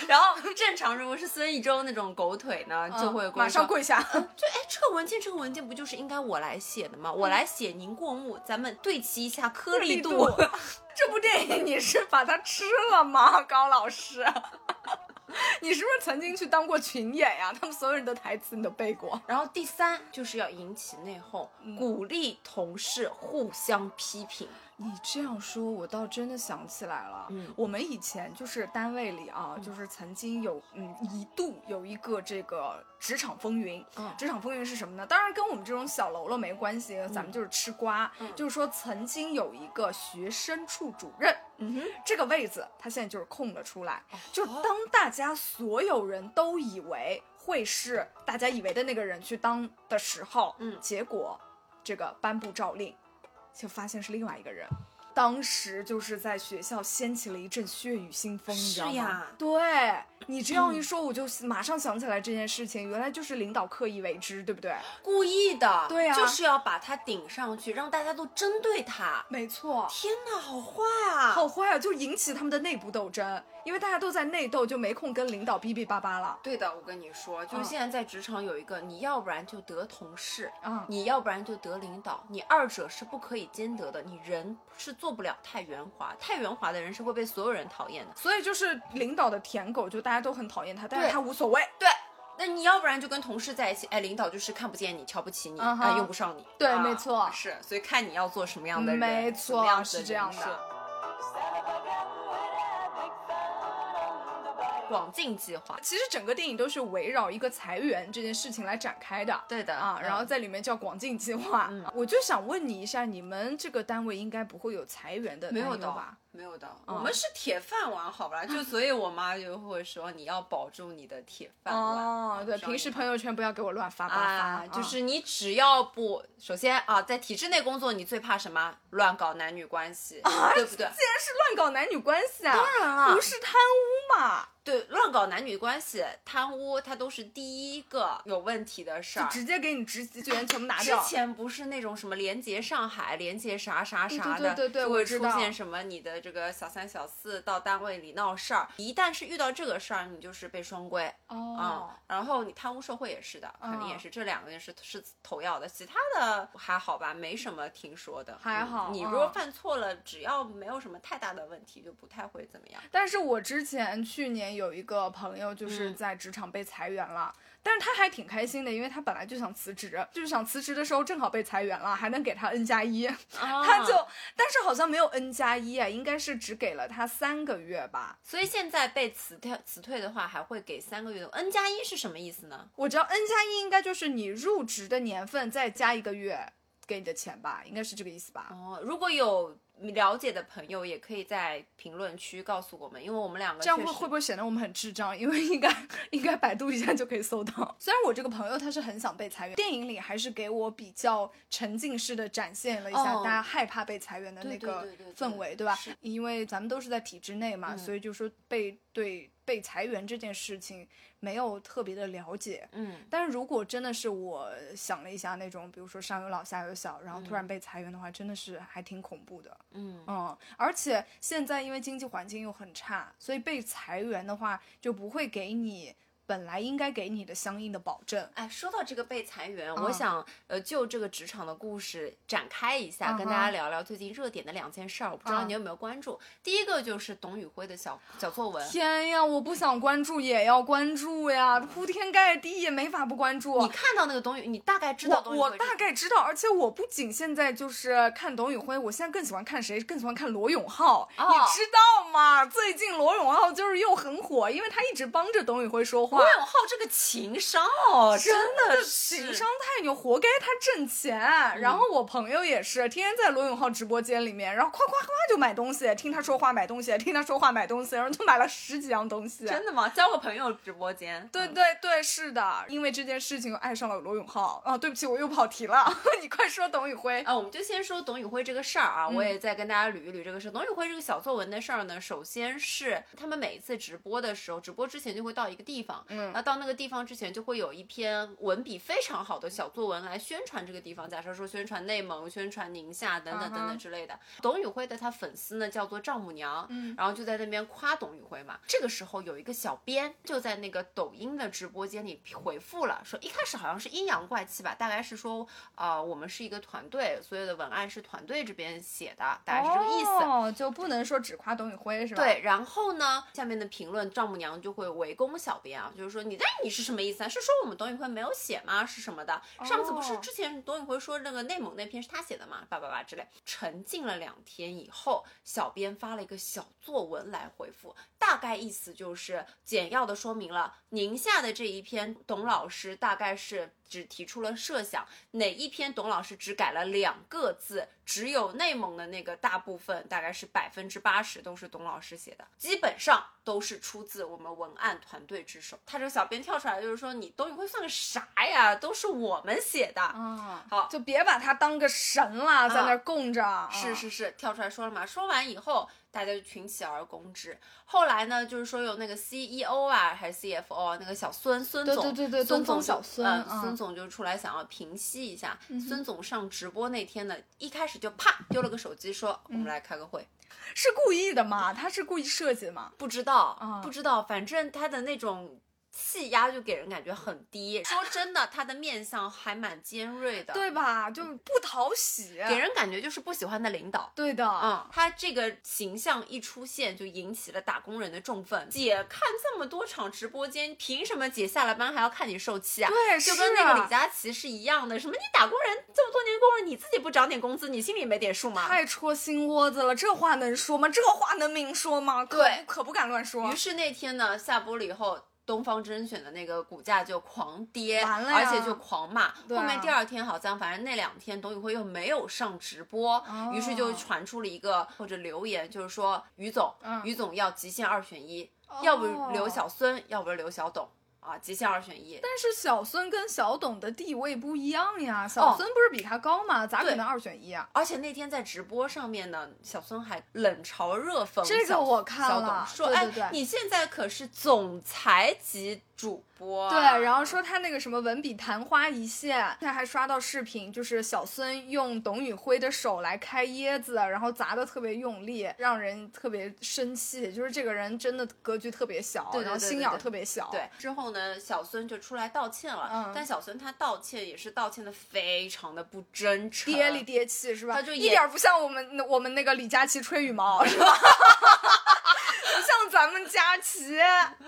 [SPEAKER 2] 然后正常如果是孙艺洲那种狗腿呢，就会跟我
[SPEAKER 1] 嗯马上
[SPEAKER 2] 说
[SPEAKER 1] 跪下。
[SPEAKER 2] 就哎，这个文件，这个文件不就是应该我来写的吗？我来写，您过目，咱们对齐一下嗯颗粒度。
[SPEAKER 1] 这部电影你是把它吃了吗，高老师？ 你是不是曾经去当过群演呀？他们所有人的台词你都背过。
[SPEAKER 2] 然后第三就是要引起内讧，鼓励同事互相批评。
[SPEAKER 1] 你这样说，我倒真的想起来了。
[SPEAKER 2] 嗯
[SPEAKER 1] 我们以前就是单位里啊，就是曾经有，嗯，一度有一个这个职场风云。
[SPEAKER 2] 嗯
[SPEAKER 1] 职场风云是什么呢？当然跟我们这种小喽啰没关系，咱
[SPEAKER 2] 嗯
[SPEAKER 1] 们就是吃瓜。就是说，曾经有一个学生处主任，
[SPEAKER 2] 嗯哼，
[SPEAKER 1] 这个位子他现在就是空了出来。
[SPEAKER 2] 哦
[SPEAKER 1] 就是当大家所有人都以为会是大家以为的那个人去当的时候，
[SPEAKER 2] 嗯
[SPEAKER 1] 结果这个颁布诏令，就发现是另外一个人。当时就是在学校掀起了一阵血雨腥风，你知道
[SPEAKER 2] 是
[SPEAKER 1] 吗
[SPEAKER 2] 呀？嗯
[SPEAKER 1] 对你这样一说，我就马上想起来这件事情，原来就是领导刻意为之，对不 对？
[SPEAKER 2] 故意的，
[SPEAKER 1] 对啊
[SPEAKER 2] 就是要把他顶上去，让大家都针对他。
[SPEAKER 1] 没错，
[SPEAKER 2] 天哪，好坏啊！
[SPEAKER 1] 好坏啊，就引起他们的内部斗争，因为大家都在内斗，就没空跟领导哔哔叭叭了。
[SPEAKER 2] 对的，我跟你说，就是
[SPEAKER 1] 嗯
[SPEAKER 2] 现在在职场有一个，你要不然就得同事，
[SPEAKER 1] 啊
[SPEAKER 2] 你要不然就得领导，你二者是不可以兼得的，你人是做不了太圆滑，太圆滑的人是会被所有人讨厌的。
[SPEAKER 1] 所以就是领导的舔狗，就大家都很讨厌他，但是
[SPEAKER 2] 对
[SPEAKER 1] 他无所谓。
[SPEAKER 2] 对，那你要不然就跟同事在一起，哎，领导就是看不见你，瞧不起你，
[SPEAKER 1] 嗯
[SPEAKER 2] 啊、
[SPEAKER 1] 哼
[SPEAKER 2] 用不上你。
[SPEAKER 1] 对
[SPEAKER 2] 啊
[SPEAKER 1] 没错
[SPEAKER 2] 是，所以看你要做什么样的人，
[SPEAKER 1] 没
[SPEAKER 2] 什么样
[SPEAKER 1] 错，
[SPEAKER 2] 子
[SPEAKER 1] 是
[SPEAKER 2] 人
[SPEAKER 1] 这样
[SPEAKER 2] 设
[SPEAKER 1] 的。
[SPEAKER 2] 广进计划，
[SPEAKER 1] 其实整个电影都是围绕一个裁员这件事情来展开的。
[SPEAKER 2] 对的
[SPEAKER 1] 啊，
[SPEAKER 2] 嗯
[SPEAKER 1] 然后在里面叫广进计划。我就想问你一下，你们这个单位应该不会有裁员的
[SPEAKER 2] 没有
[SPEAKER 1] 担忧
[SPEAKER 2] 的
[SPEAKER 1] 吧？，
[SPEAKER 2] 没有的，
[SPEAKER 1] 嗯
[SPEAKER 2] 我们是铁饭碗，好吧？就所以，我妈就会说你要保住你的铁饭碗。
[SPEAKER 1] 哦，对，
[SPEAKER 2] 少
[SPEAKER 1] 平时
[SPEAKER 2] 年
[SPEAKER 1] 朋友圈不要给我乱发八
[SPEAKER 2] 啊
[SPEAKER 1] 发，，
[SPEAKER 2] 就
[SPEAKER 1] 啊
[SPEAKER 2] 是你只要不，首先啊，在体制内工作，你最怕什么？乱搞男女关系，对 不对？
[SPEAKER 1] 竟然是乱搞男女关系啊！
[SPEAKER 2] 当然了
[SPEAKER 1] 不是贪污嘛，
[SPEAKER 2] 对，乱搞男女关系、贪污，它都是第一个有问题的事
[SPEAKER 1] 就
[SPEAKER 2] 儿。
[SPEAKER 1] 直接给你职级全部拿
[SPEAKER 2] 啊之
[SPEAKER 1] 掉。
[SPEAKER 2] 前不是那种什么廉洁上海、廉洁啥啥啥
[SPEAKER 1] 对
[SPEAKER 2] 的，
[SPEAKER 1] 对对对
[SPEAKER 2] 就
[SPEAKER 1] 我
[SPEAKER 2] 会
[SPEAKER 1] 知
[SPEAKER 2] 出
[SPEAKER 1] 道
[SPEAKER 2] 现什么你的这个小三小四到单位里闹事儿，一旦是遇到这个事儿，你就是被双规。
[SPEAKER 1] 哦
[SPEAKER 2] 啊、，然后你贪污受贿也是的，肯定也是，这两个是是头要的，其他的还好吧，没什么听说的，
[SPEAKER 1] 还
[SPEAKER 2] 嗯
[SPEAKER 1] 好
[SPEAKER 2] 你
[SPEAKER 1] 嗯
[SPEAKER 2] 如果犯错了，只要没有什么太大的问题，就不太会怎么 样。
[SPEAKER 1] 但是我之前去年有一个朋友就是
[SPEAKER 2] 嗯
[SPEAKER 1] 在职场被裁员了，但是他还挺开心的，因为他本来就想辞职，就是想辞职的时候正好被裁员了，还能给他 N 加一，他
[SPEAKER 2] 啊
[SPEAKER 1] 就，但是好像没有 N 加一啊，应该是只给了他三个月吧。
[SPEAKER 2] 所以现在被辞退辞退的话，还会给三个月的 N 加一是什么意思呢？
[SPEAKER 1] 我知道 N 加一应该就是你入职的年份再加一个月给你的钱吧，应该是这个意思吧？
[SPEAKER 2] 哦，如果有了解的朋友，也可以在评论区告诉我们，因为我们两个
[SPEAKER 1] 这样会
[SPEAKER 2] 确实
[SPEAKER 1] 会不会显得我们很智障？ 因为应该应该百度一下就可以搜到。虽然我这个朋友他是很想被裁员，电影里还是给我比较沉浸式的展现了一下
[SPEAKER 2] 哦
[SPEAKER 1] 大家害怕被裁员的那
[SPEAKER 2] 对对
[SPEAKER 1] 个
[SPEAKER 2] 对对对
[SPEAKER 1] 氛围，对吧
[SPEAKER 2] 是？
[SPEAKER 1] 因为咱们都是在体制内嘛，
[SPEAKER 2] 嗯
[SPEAKER 1] 所以就说被对被裁员这件事情没有特别的了解。
[SPEAKER 2] 嗯，
[SPEAKER 1] 但是如果真的是我想了一下那种，比如说上有老下有小，然后突然被裁员的话，真的是还挺恐怖的。
[SPEAKER 2] 嗯
[SPEAKER 1] 嗯，而且现在因为经济环境又很差，所以被裁员的话就不会给你本来应该给你的相应的保证。
[SPEAKER 2] 哎，说到这个被裁员，我
[SPEAKER 1] 嗯
[SPEAKER 2] 想呃就这个职场的故事展开一下，跟大
[SPEAKER 1] 嗯
[SPEAKER 2] 家
[SPEAKER 1] 哼
[SPEAKER 2] 聊聊最近热点的两件事儿。我不知道
[SPEAKER 1] 嗯
[SPEAKER 2] 你有没有关注，第一个就是董宇辉的小小作文。
[SPEAKER 1] 天呀，我不想关注也要关注呀，铺天盖地也没法不关注。
[SPEAKER 2] 嗯你看到那个董宇，你大概知道
[SPEAKER 1] 我
[SPEAKER 2] 董宇
[SPEAKER 1] 我
[SPEAKER 2] 辉
[SPEAKER 1] 大概知道，而且我不仅现在就是看董宇辉，我现在更喜欢看谁？更喜欢看罗永浩，
[SPEAKER 2] 哦
[SPEAKER 1] 你知道吗？最近罗永浩就是又很火，因为他一直帮着董宇辉说话
[SPEAKER 2] 罗。永浩这个情商哦，
[SPEAKER 1] 真的
[SPEAKER 2] 是嗯
[SPEAKER 1] 情商太牛，活该他挣钱。然后我朋友也是，天天在罗永浩直播间里面，然后夸夸夸就买东西，听他说话买东西，听他说话买东西，然后就买了十几样东西。
[SPEAKER 2] 真的吗？交个朋友直播间，
[SPEAKER 1] 对
[SPEAKER 2] 嗯
[SPEAKER 1] 对对，是的，因为这件事情我爱上了罗永浩。啊，对不起，我又跑题了， 你快说董宇辉。
[SPEAKER 2] 啊，我们就先说董宇辉这个事儿啊，
[SPEAKER 1] 嗯
[SPEAKER 2] 我也再跟大家捋一捋这个事儿。董宇辉这个小作文的事儿呢，首先是他们每一次直播的时候，直播之前就会到一个地方，
[SPEAKER 1] 嗯
[SPEAKER 2] 那到那个地方之前就会有一篇文笔非常好的小作文来宣传这个地方，假设说宣传内蒙、宣传宁夏等等等
[SPEAKER 1] 啊哈
[SPEAKER 2] 等之类的。董宇辉的他粉丝呢叫做丈母娘，
[SPEAKER 1] 嗯
[SPEAKER 2] 然后就在那边夸董宇辉嘛。这个时候有一个小编就在那个抖音的直播间里回复了，说一开始好像是阴阳怪气吧，大概是说啊、呃我们是一个团队，所有的文案是团队这边写的，大概啊是这个意思。
[SPEAKER 1] 哦，就不能说只夸董宇辉是吧？，
[SPEAKER 2] 对，然后呢，下面的评论丈母娘就会围攻小编啊，就是说你那你是什么意思啊？是说我们董宇辉没有写吗？是什么的？上次不是
[SPEAKER 1] 哦
[SPEAKER 2] 之前董宇辉说那个内蒙那篇是他写的嘛？叭叭叭之类。沉浸了两天以后，小编发了一个小作文来回复，大概意思就是简要的说明了宁夏的这一篇，董老师大概是只提出了设想，哪一篇董老师只改了两个字，只有内蒙的那个大部分，大概是百分之八十都是董老师写的，基本上都是出自我们文案团队之手。他这个小编跳出来就是说，你董宇辉算个啥呀？都是我们写的。
[SPEAKER 1] 啊，
[SPEAKER 2] 好
[SPEAKER 1] 就别把他当个神了，在那儿供着。
[SPEAKER 2] 啊
[SPEAKER 1] 啊
[SPEAKER 2] 是是是，跳出来说了嘛。说完以后，大家就群起而攻之。后来呢，就是说有那个 CEO 啊，还是 CFO 啊，那个小孙孙
[SPEAKER 1] 对
[SPEAKER 2] 总，
[SPEAKER 1] 对对对
[SPEAKER 2] 孙
[SPEAKER 1] 东方
[SPEAKER 2] 总
[SPEAKER 1] 小
[SPEAKER 2] 就
[SPEAKER 1] 孙
[SPEAKER 2] 呃
[SPEAKER 1] 嗯
[SPEAKER 2] 孙总就出来想要平息一下。孙总上直播那天呢，一开始就啪丢了个手机，说我
[SPEAKER 1] 嗯
[SPEAKER 2] 们来开个会。
[SPEAKER 1] 是故意的嘛？他是故意设计嘛？
[SPEAKER 2] 不知道，
[SPEAKER 1] 啊
[SPEAKER 2] 不知道，反正他的那种。气压就给人感觉很低，说真的，他的面相还蛮尖锐的，，
[SPEAKER 1] 对吧？就不讨喜。
[SPEAKER 2] 给人感觉就是不喜欢的领导。
[SPEAKER 1] 对的，
[SPEAKER 2] 啊、他这个形象一出现，就引起了打工人的众愤。姐看这么多场直播间，凭什么姐下了班还要看你受气啊？
[SPEAKER 1] 对，
[SPEAKER 2] 就是跟那个李
[SPEAKER 1] 啊
[SPEAKER 2] 佳琦是一样的，什么你打工人这么多年工人，你自己不涨点工资，你心里没点数吗？
[SPEAKER 1] 太戳心窝子了，这话能说吗？这话能明说吗？可
[SPEAKER 2] 对
[SPEAKER 1] 不可不敢乱说
[SPEAKER 2] 于。是那天呢，下播了以后，东方甄选的那个股价就狂跌，
[SPEAKER 1] 完了呀
[SPEAKER 2] 而且就狂骂。
[SPEAKER 1] 对啊
[SPEAKER 2] 后面第二天好像，反正那两天董宇辉又没有上直播，
[SPEAKER 1] 哦
[SPEAKER 2] 于是就传出了一个或者留言，就是说于总，
[SPEAKER 1] 嗯
[SPEAKER 2] 于总要极限二选一，
[SPEAKER 1] 哦
[SPEAKER 2] 要不留小孙，要不留小董啊，极限二选一。
[SPEAKER 1] 但是小孙跟小董的地位不一样呀，小孙不是比他高吗？咋可
[SPEAKER 2] 对
[SPEAKER 1] 能二选一啊？
[SPEAKER 2] 而且那天在直播上面呢，小孙还冷嘲热讽
[SPEAKER 1] 这个
[SPEAKER 2] 小
[SPEAKER 1] 我看
[SPEAKER 2] 小
[SPEAKER 1] 了
[SPEAKER 2] 董说：“
[SPEAKER 1] 对对对
[SPEAKER 2] 哎，你现在可是总裁级主播啊、
[SPEAKER 1] 哦对，然后说他那个什么文笔昙花一现，他还刷到视频，就是小孙用董宇辉的手来开椰子，然后砸的特别用力，让人特别生气。就是这个人真的格局特别小，
[SPEAKER 2] 对对对
[SPEAKER 1] 然后心眼儿特别小。
[SPEAKER 2] 对，之后呢，小孙就出来道歉了，
[SPEAKER 1] 嗯
[SPEAKER 2] 但小孙他道歉也是道歉的非常的不真诚，
[SPEAKER 1] 跌里跌气是吧？
[SPEAKER 2] 他就
[SPEAKER 1] 一
[SPEAKER 2] 也
[SPEAKER 1] 点儿不像我们我们那个李佳琦吹羽 毛是吧？不像咱们佳琦，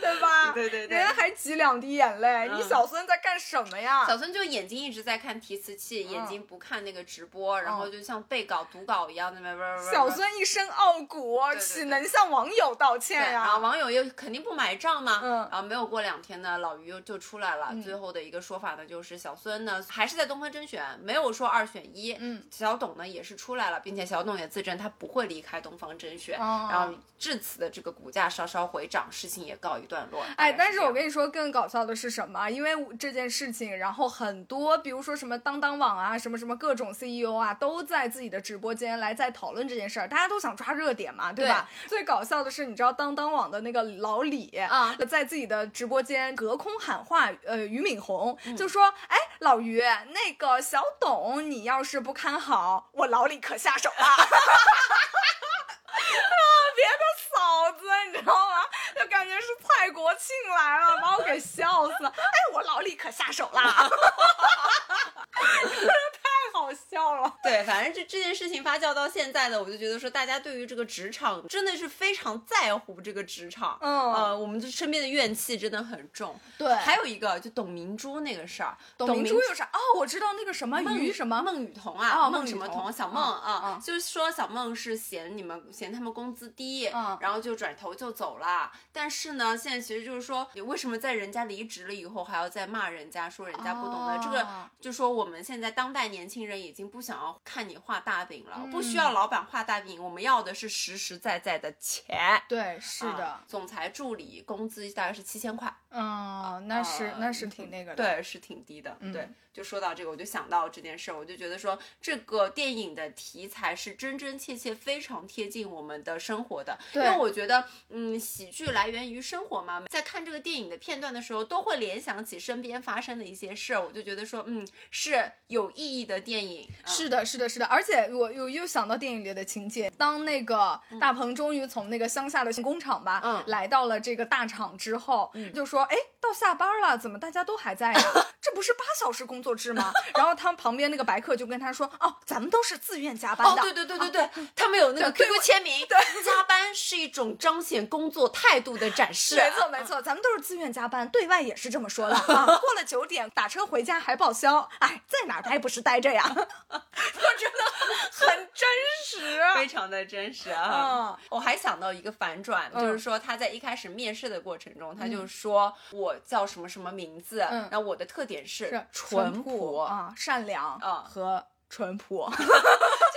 [SPEAKER 1] 对吧？
[SPEAKER 2] 对对对
[SPEAKER 1] 人家还挤两滴眼泪，
[SPEAKER 2] 嗯
[SPEAKER 1] 你小孙在干什么呀？
[SPEAKER 2] 小孙就眼睛一直在看提词器，
[SPEAKER 1] 嗯
[SPEAKER 2] 眼睛不看那个直播，然后就像背稿读稿一样在那边叭叭叭叭。
[SPEAKER 1] 小孙一身傲骨，
[SPEAKER 2] 对
[SPEAKER 1] 岂能向网友道
[SPEAKER 2] 对，
[SPEAKER 1] 歉
[SPEAKER 2] 然后
[SPEAKER 1] 呀？
[SPEAKER 2] 网友又肯定不买账嘛，
[SPEAKER 1] 嗯
[SPEAKER 2] 然后没有过两天呢，老于又就出来了。最后的一个说法呢，就是小孙呢还是在东方甄选，没有说二选一。
[SPEAKER 1] 嗯，
[SPEAKER 2] 小董呢也是出来了，并且小董也自证他不会离开东方甄选。
[SPEAKER 1] 哦
[SPEAKER 2] 然后至此的这个股价稍稍回涨，事情也告一段落。
[SPEAKER 1] 哎，
[SPEAKER 2] 大概
[SPEAKER 1] 但是
[SPEAKER 2] 这样
[SPEAKER 1] 我跟你说，更搞笑的是什么？啊因为我这件事情，然后很多，比如说什么当当网啊，什么什么各种 CEO 啊，都在自己的直播间来在讨论这件事儿，大家都想抓热点嘛，对吧？最搞笑的是，你知道当当网的那个老李
[SPEAKER 2] 啊
[SPEAKER 1] 在自己的直播间隔空喊话，呃，俞敏洪、就说：“哎，老俞，那个小董，你要是不看好，我老李可下手了。” 特别的嫂子，你知道吗？就感觉是蔡国国庆来了，把我给笑死了。哎，我老李可下 手啦，太好笑了。
[SPEAKER 2] 对，反正这这件事情发酵到现在呢，我就觉得说，大家对于这个职场真的是非常在乎这个职场，
[SPEAKER 1] 嗯
[SPEAKER 2] 呃，我们就身边的怨气真的很重。
[SPEAKER 1] 对
[SPEAKER 2] 还有一个就董明珠那个事儿，
[SPEAKER 1] 董明珠有啥？哦，我知道那个什么
[SPEAKER 2] 孟
[SPEAKER 1] 于什么
[SPEAKER 2] 孟雨桐啊，
[SPEAKER 1] 哦
[SPEAKER 2] 孟
[SPEAKER 1] 孟雨
[SPEAKER 2] 什么
[SPEAKER 1] 桐
[SPEAKER 2] 桐，小孟啊
[SPEAKER 1] 嗯，嗯
[SPEAKER 2] 就是说小孟是嫌你们嫌他们工资低
[SPEAKER 1] 嗯，
[SPEAKER 2] 然后就转头就走了。但是呢，现在其实就是说，你为什么在人家离职了以后还要再骂人家，说人家不懂得
[SPEAKER 1] 哦
[SPEAKER 2] 这个？就说我们现在当代年轻人已经不想要看你画大饼
[SPEAKER 1] 嗯
[SPEAKER 2] 了，不需要老板画大饼，我们要的是实实在在的钱。
[SPEAKER 1] 对，是的
[SPEAKER 2] 啊，总裁助理工资大概是七千块，
[SPEAKER 1] 嗯，那是
[SPEAKER 2] 啊
[SPEAKER 1] 那是挺那个的。
[SPEAKER 2] 对，是挺低的。对，就说到这个，我就想到这件事儿，我就觉得说这个电影的题材是真真切切非常贴近我们的生活的。因
[SPEAKER 1] 对
[SPEAKER 2] 为我觉得，嗯，喜剧来源于生活嘛，在看这个电影的片段的时候，都会联想起身边发生的一些事儿，我就觉得说，嗯，是有意义的电影。嗯
[SPEAKER 1] 是的，是的，是的，而且我又又想到电影里的情节，当那个大鹏终于从那个乡下的工厂吧，
[SPEAKER 2] 嗯
[SPEAKER 1] 来到了这个大厂之后，就说，哎，到下班了，怎么大家都 还在呀？这不是八小时工作制吗？然后他们旁边那个白客就跟他说，哦，咱们都是自愿加班
[SPEAKER 2] 哦，
[SPEAKER 1] 的，
[SPEAKER 2] 对对对对对， 他们有那个
[SPEAKER 1] 对对
[SPEAKER 2] QQ 签名，对，加班是一种彰显工作态度的展示。
[SPEAKER 1] 没错没错，咱们都是自愿加班，对外也是这么 说的啊。过了九点打车回家还报销，哎，在哪儿待不是待着呀？ 我真的很真 实。
[SPEAKER 2] 非常的真实啊！我还想到一个反转，
[SPEAKER 1] 嗯
[SPEAKER 2] 就是说他在一开始面试的过程中，他就说我叫什么什么名字，
[SPEAKER 1] 嗯
[SPEAKER 2] 然后我的特点是
[SPEAKER 1] 是
[SPEAKER 2] 淳
[SPEAKER 1] 朴
[SPEAKER 2] 朴。
[SPEAKER 1] 啊，善良
[SPEAKER 2] 啊
[SPEAKER 1] 和淳朴。
[SPEAKER 2] 就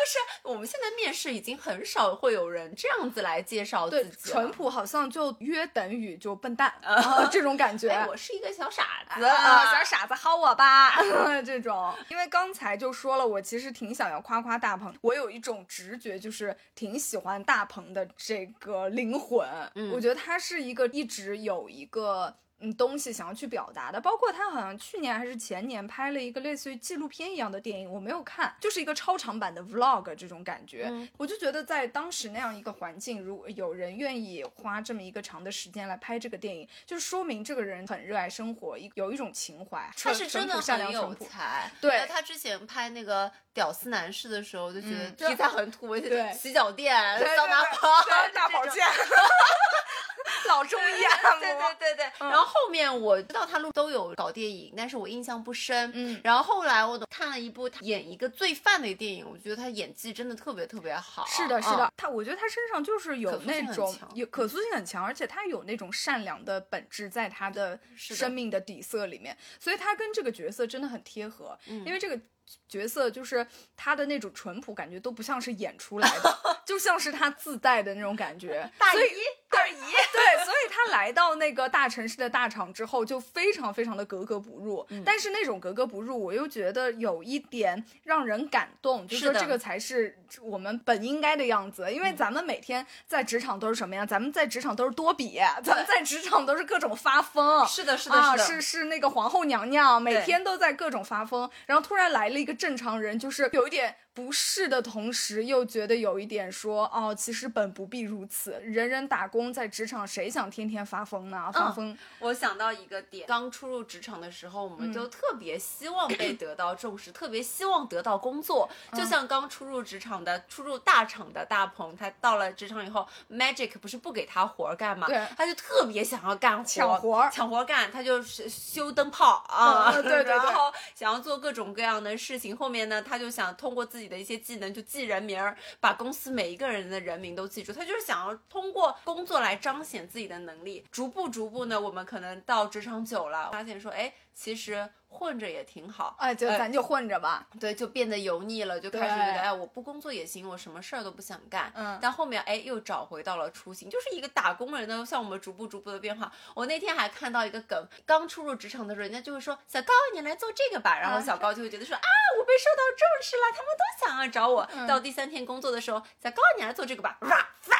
[SPEAKER 2] 是我们现在面试已经很少会有人这样子来介绍自
[SPEAKER 1] 对，
[SPEAKER 2] 己
[SPEAKER 1] 淳
[SPEAKER 2] 了。
[SPEAKER 1] 朴啊好像就约等于就笨蛋啊，这种感觉。
[SPEAKER 2] 哎，我是一个小傻子
[SPEAKER 1] 啊，小傻子薅我吧， 这种。因为刚才就说了，我其实挺想要夸夸大鹏，我有一种直觉，就是挺喜欢大鹏的这个灵魂。
[SPEAKER 2] 嗯
[SPEAKER 1] 我觉得他是一个一直有一个。嗯，东西想要去表达的，包括他好像去年还是前年拍了一个类似于纪录片一样的电影，我没有看，就是一个超长版的 vlog 这种感觉。
[SPEAKER 2] 嗯
[SPEAKER 1] 我就觉得在当时那样一个环境，如果有人愿意花这么一个长的时间来拍这个电影，就是说明这个人很热爱生活，一有一种情怀，
[SPEAKER 2] 他
[SPEAKER 1] 淳
[SPEAKER 2] 是真
[SPEAKER 1] 淳
[SPEAKER 2] 的
[SPEAKER 1] 朴善
[SPEAKER 2] 很有
[SPEAKER 1] 良淳朴。
[SPEAKER 2] 才，
[SPEAKER 1] 对
[SPEAKER 2] 然后他之前拍那个《屌丝男士》的时候，就觉得
[SPEAKER 1] 嗯
[SPEAKER 2] 题材很土，而且
[SPEAKER 1] 对
[SPEAKER 2] 洗脚店、
[SPEAKER 1] 对对
[SPEAKER 2] 桑拿
[SPEAKER 1] 对
[SPEAKER 2] 房、
[SPEAKER 1] 对大保
[SPEAKER 2] 这种
[SPEAKER 1] 健，老中医按摩，
[SPEAKER 2] 对对对对。
[SPEAKER 1] 嗯
[SPEAKER 2] 然后后面我知道他录都有搞电影，但是我印象不深。
[SPEAKER 1] 嗯
[SPEAKER 2] 然后后来我看了一部他演一个罪犯的电影，我觉得他演技真的特别特别好。
[SPEAKER 1] 是的，是
[SPEAKER 2] 嗯
[SPEAKER 1] 的，他我觉得他身上就是
[SPEAKER 2] 可
[SPEAKER 1] 有
[SPEAKER 2] 塑
[SPEAKER 1] 那
[SPEAKER 2] 性很
[SPEAKER 1] 种
[SPEAKER 2] 强嗯
[SPEAKER 1] 有可塑性很强，而且他有那种善良的本质在他的
[SPEAKER 2] 是的
[SPEAKER 1] 生命的底色里面，所以他跟这个角色真的很贴合，
[SPEAKER 2] 嗯
[SPEAKER 1] 因为这个。角色就是他的那种淳朴感觉都不像是演出来的，就像是他自带的那种感觉。
[SPEAKER 2] 大
[SPEAKER 1] 所以
[SPEAKER 2] 姨大姨，
[SPEAKER 1] 对，所以他来到那个大城市的大厂之后，就非常非常的格格不入。
[SPEAKER 2] 嗯
[SPEAKER 1] 但是那种格格不入，我又觉得有一点让人感动，就是是说
[SPEAKER 2] 的
[SPEAKER 1] 这个才是我们本应该的样子。
[SPEAKER 2] 嗯
[SPEAKER 1] 因为咱们每天在职场都是什么呀？咱们在职场都是多比，咱们在职场都是各种发疯。
[SPEAKER 2] 是的，是的，
[SPEAKER 1] 啊，
[SPEAKER 2] 的，
[SPEAKER 1] 是是那个皇后娘娘，每
[SPEAKER 2] 对
[SPEAKER 1] 天都在各种发疯，然后突然来了一个正常人，就是有一点不适的同时，又觉得有一点说，哦，其实本不必如此，人人打工，在职场谁想天天发疯呢？
[SPEAKER 2] 嗯
[SPEAKER 1] 发疯，
[SPEAKER 2] 我想到一个点，刚初入职场的时候，我们
[SPEAKER 1] 嗯
[SPEAKER 2] 就特别希望被得到重视，特别希望得到工作。
[SPEAKER 1] 嗯
[SPEAKER 2] 就像刚初入职场的、初入大厂的大鹏，他到了职场以后，Magic 不是不给他活儿干嘛
[SPEAKER 1] 对，
[SPEAKER 2] 他就特别想要干活，
[SPEAKER 1] 抢活儿
[SPEAKER 2] 抢活儿干，他就是修灯泡啊，
[SPEAKER 1] 嗯对对对
[SPEAKER 2] 然后想要做各种各样的事情。后面呢，他就想通过自己的一些技能，就记人名儿，把公司每一个人的人名都记住。他就是想要通过工作来彰显自己的能力。逐步逐步呢，我们可能到职场久了，发现说，哎，其实混着也挺好。
[SPEAKER 1] 哎，就咱就混着吧，
[SPEAKER 2] 对，就变得油腻了，就开始觉
[SPEAKER 1] 对
[SPEAKER 2] 得，哎，我不工作也行，我什么事儿都不想干。
[SPEAKER 1] 嗯
[SPEAKER 2] 但后面哎，又找回到了初心，就是一个打工人的，像我们逐步逐步的变化。我那天还看到一个梗，刚初入职场的时候，人家就会说小高，你来做这个吧，然后
[SPEAKER 1] 啊
[SPEAKER 2] 小高就会觉得说啊，我被受到重视了，他们都想要找我。
[SPEAKER 1] 嗯
[SPEAKER 2] 到第三天工作的时候，小高，你来做这个吧，哇 塞，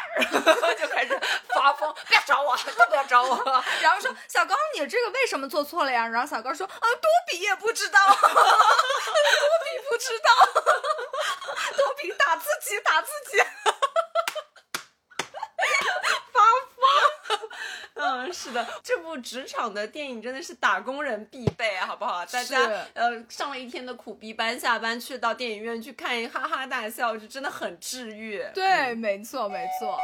[SPEAKER 2] 就开始发疯，不要找我，都不要找我。
[SPEAKER 1] 然后说小高，你这个为什么做错了呀？然后小高说啊，多比也不知道， 多比不知道， 多比打自己打自己。
[SPEAKER 2] 嗯，是的，这部职场的电影真的是打工人必备，啊好不好？大家
[SPEAKER 1] 是
[SPEAKER 2] 呃上了一天的苦逼班，下班去到电影院去看，哈哈大笑，就真的很治愈。
[SPEAKER 1] 对，没错，没错。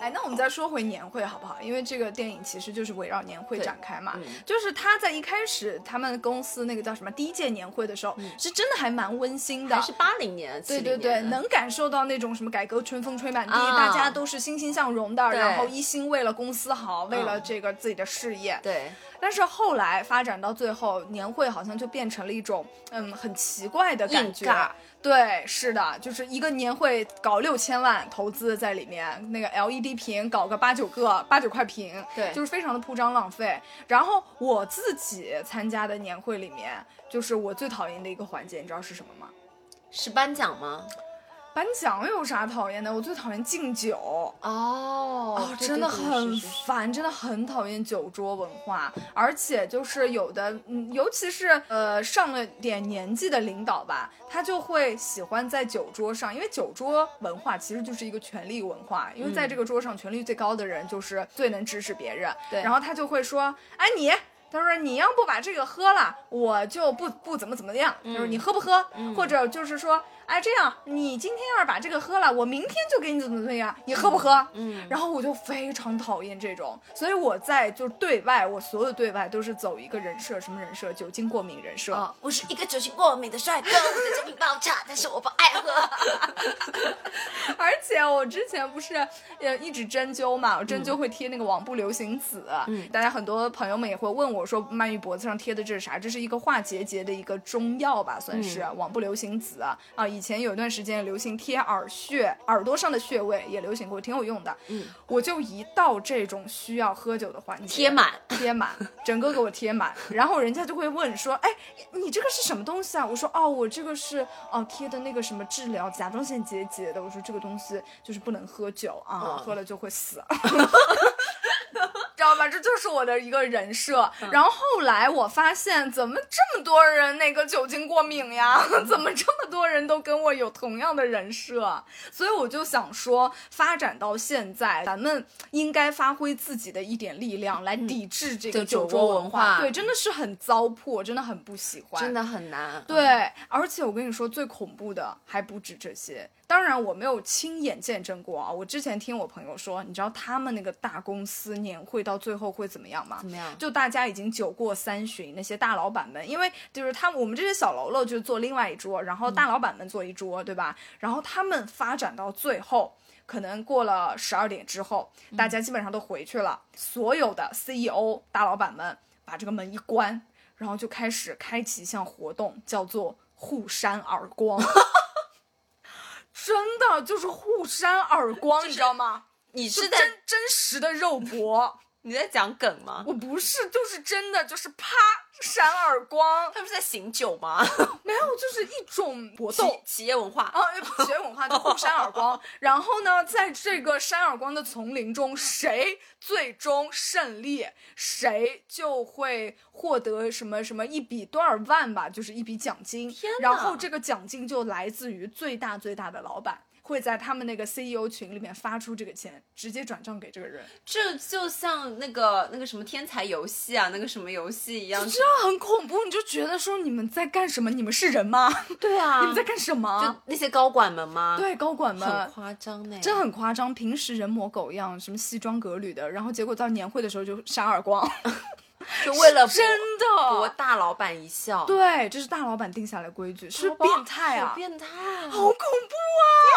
[SPEAKER 1] 哎，那我们再说回年会好不好？因为这个电影其实就是围绕年会
[SPEAKER 2] 对
[SPEAKER 1] 展开嘛。
[SPEAKER 2] 嗯
[SPEAKER 1] 就是他在一开始他们公司那个叫什么第一届年会的时候，是真嗯的还蛮温馨的
[SPEAKER 2] 还。是八零年，
[SPEAKER 1] 对
[SPEAKER 2] 70
[SPEAKER 1] 对对，
[SPEAKER 2] 年的
[SPEAKER 1] 能感受到那种什么改革春风吹满地，
[SPEAKER 2] 啊
[SPEAKER 1] 大家都是欣欣向荣的，
[SPEAKER 2] 对嗯
[SPEAKER 1] 然后一心为了公司好，为了这个自己的事业。
[SPEAKER 2] 对，
[SPEAKER 1] 但是后来发展到最后，年会好像就变成了一种嗯很奇怪的感觉
[SPEAKER 2] 硬尬。
[SPEAKER 1] 对，是的，就是一个年会搞六千万投资在里面，那个 LED 屏搞个八九个八九块屏，
[SPEAKER 2] 对
[SPEAKER 1] 就是非常的铺张浪费。然后我自己参加的年会里面，就是我最讨厌的一个环节，你知道是什么吗？
[SPEAKER 2] 是颁奖吗？
[SPEAKER 1] 颁奖有啥讨厌的？我最讨厌敬酒。
[SPEAKER 2] 哦
[SPEAKER 1] 哦，真的很烦，真的很讨厌酒桌文化，而且就是有的，嗯，尤其是呃上了点年纪的领导吧，他就会喜欢在酒桌上，因为酒桌文化其实就是一个权力文化，因为在这个桌上权力最高的人就是最能指使别人，
[SPEAKER 2] 对
[SPEAKER 1] 然后他就会说，哎你。他说：“你要不把这个喝了，我就不不怎么怎么样。他
[SPEAKER 2] 嗯
[SPEAKER 1] 说你喝不喝，或者就是说，哎，这样你今天要是把这个喝了，我明天就给你怎么怎么样，你喝不喝？
[SPEAKER 2] 嗯
[SPEAKER 1] 然后我就非常讨厌这种，所以我在就是对外，我所有对外都是走一个人设，什么人设？酒精过敏人设。
[SPEAKER 2] 哦，我是一个酒精过敏的帅哥，我的酒品爆炸，但是我不爱喝。
[SPEAKER 1] 而且我之前不是呃一直针灸嘛，我针灸会贴那个网布流行子，
[SPEAKER 2] 嗯
[SPEAKER 1] 大家很多朋友们也会问我说，曼玉脖子上贴的这是啥？这是一个化结节的一个中药吧，算是、网布流行子啊。以前有一段时间流行贴耳穴，耳朵上的穴位也流行过，挺有用的。
[SPEAKER 2] 嗯，
[SPEAKER 1] 我就一到这种需要喝酒的环节，
[SPEAKER 2] 贴满。
[SPEAKER 1] 贴满，整个给我贴满。然后人家就会问说：“哎，你这个是什么东西啊？”我说：“哦，我这个是哦贴的那个什么治疗甲状腺结节的。”我说：“这个东西就是不能喝酒啊，
[SPEAKER 2] 嗯
[SPEAKER 1] 喝了就会死。”知道吧？这就是我的一个人设。
[SPEAKER 2] 嗯
[SPEAKER 1] 然后后来我发现，怎么这么多人那个酒精过敏呀？
[SPEAKER 2] 嗯
[SPEAKER 1] 怎么这么多人都跟我有同样的人设？所以我就想说，发展到现在，咱们应该发挥自己的一点力量来抵制这个
[SPEAKER 2] 这嗯酒
[SPEAKER 1] 酒
[SPEAKER 2] 桌
[SPEAKER 1] 桌
[SPEAKER 2] 文
[SPEAKER 1] 化。
[SPEAKER 2] 化
[SPEAKER 1] 对，真的是很糟粕，真的很不喜欢，
[SPEAKER 2] 真的很难。
[SPEAKER 1] 对，而且我跟你说，最恐怖的还不止这些。当然，我没有亲眼见证过啊。我之前听我朋友说，你知道他们那个大公司年会到最后会怎么样吗？
[SPEAKER 2] 怎么样
[SPEAKER 1] 就大家已经酒过三巡，那些大老板们，因为就是他们我们这些小喽啰就坐另外一桌，然后
[SPEAKER 2] 嗯
[SPEAKER 1] 大老板们坐一桌，对吧？然后他们发展到最后。可能过了十二点之后，
[SPEAKER 2] 嗯
[SPEAKER 1] 大家基本上都回去了。所有的 CEO 大老板们把这个门一关，然后就开始开启一项活动，叫做互扇耳光。真的就是互扇耳光，你知道吗？
[SPEAKER 2] 你
[SPEAKER 1] 就是
[SPEAKER 2] 在
[SPEAKER 1] 真真实的肉搏，
[SPEAKER 2] 你在讲梗吗？
[SPEAKER 1] 我不是，就是真的，就是啪扇耳光，
[SPEAKER 2] 他们是在醒酒 吗？
[SPEAKER 1] 没有，就是一种搏
[SPEAKER 2] 企
[SPEAKER 1] 斗。
[SPEAKER 2] 企业文化，
[SPEAKER 1] 啊，学文化就互扇耳光，然后呢，在这个扇耳光的丛林中，谁最终胜利，谁就会获得什么什么一笔多少万吧，就是一笔奖金。
[SPEAKER 2] 天哪
[SPEAKER 1] 然后这个奖金就来自于最大最大的老板。会在他们那个 CEO 群里面发出这个钱，直接转账给这个人，
[SPEAKER 2] 这就像那个那个什么天才游戏啊，那个什么游戏一样。
[SPEAKER 1] 这很恐怖。你就觉得说你们在干什么？你们是人吗？
[SPEAKER 2] 对啊
[SPEAKER 1] 你们在干什么
[SPEAKER 2] 就？那些高管们吗？，
[SPEAKER 1] 对，高管们
[SPEAKER 2] 很夸张呢。
[SPEAKER 1] 真很夸张，平时人模狗样，什么西装革履的，然后结果到年会的时候就扇 耳光，
[SPEAKER 2] 就为了博
[SPEAKER 1] 真
[SPEAKER 2] 博
[SPEAKER 1] 的。
[SPEAKER 2] 大老板一笑。
[SPEAKER 1] 对，这是大老板定下来的规矩，是不是变态
[SPEAKER 2] 好
[SPEAKER 1] 啊，
[SPEAKER 2] 变态啊！
[SPEAKER 1] 好恐怖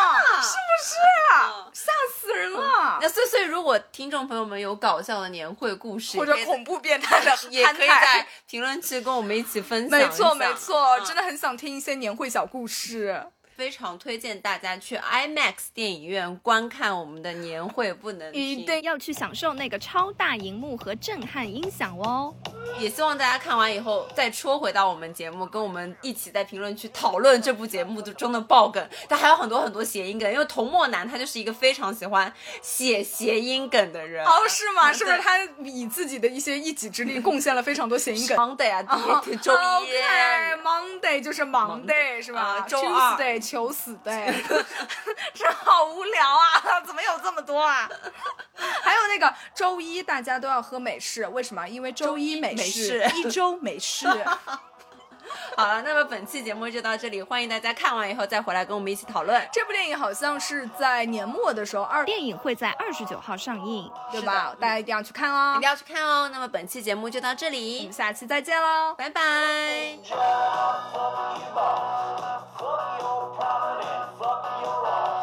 [SPEAKER 1] 啊，是
[SPEAKER 2] 嗯
[SPEAKER 1] 不是啊？吓死人了！
[SPEAKER 2] 那所以，所以如果听众朋友们有搞笑的年会故事，
[SPEAKER 1] 或者
[SPEAKER 2] 也可以
[SPEAKER 1] 恐怖变态的
[SPEAKER 2] 也可以
[SPEAKER 1] 憨态
[SPEAKER 2] 在评论区跟我们一起分享一
[SPEAKER 1] 没
[SPEAKER 2] 下。嗯
[SPEAKER 1] 错没错，真
[SPEAKER 2] 的
[SPEAKER 1] 的很想听一些年会小故事。
[SPEAKER 2] 非常推荐大家去 IMAX 电影院观看我们的年会不能停，
[SPEAKER 1] 一定
[SPEAKER 3] 要去享受那个超大荧幕和震撼音响哦。
[SPEAKER 2] 也希望大家看完以后再戳回到我们节目，跟我们一起在评论区讨论这部节目中的爆梗，但还有很多很多谐音梗，因为童墨男他就是一个非常喜欢写谐音梗的人。
[SPEAKER 1] 哦，是吗？是不是
[SPEAKER 2] 嗯对
[SPEAKER 1] 他以自己的一些一己之力贡献了非常多谐 音梗？哦
[SPEAKER 2] Monday 啊，第一周一
[SPEAKER 1] OK，Monday 就是 Monday 是吧
[SPEAKER 2] 啊周二
[SPEAKER 1] Tuesday 求死的哎。
[SPEAKER 4] 这好无聊啊！怎么有这么多啊？
[SPEAKER 1] 还有那个周一大家都要喝美式，为什么？因为周一美式，
[SPEAKER 4] 美
[SPEAKER 1] 一周美 式。
[SPEAKER 2] 好了，那么本期节目就到这里，欢迎大家看完以后再回来跟我们一起讨论。
[SPEAKER 1] 这部电影好像是在年末的时候二，
[SPEAKER 5] 电影会在二十九号上映。
[SPEAKER 1] 对吧？大家一定要去看哦
[SPEAKER 2] 一定。要去看哦。那么本期节目就到这
[SPEAKER 1] 我
[SPEAKER 2] 里
[SPEAKER 1] 们，下期再见喽。
[SPEAKER 2] 拜拜。
[SPEAKER 6] Fuck your property, fuck your all.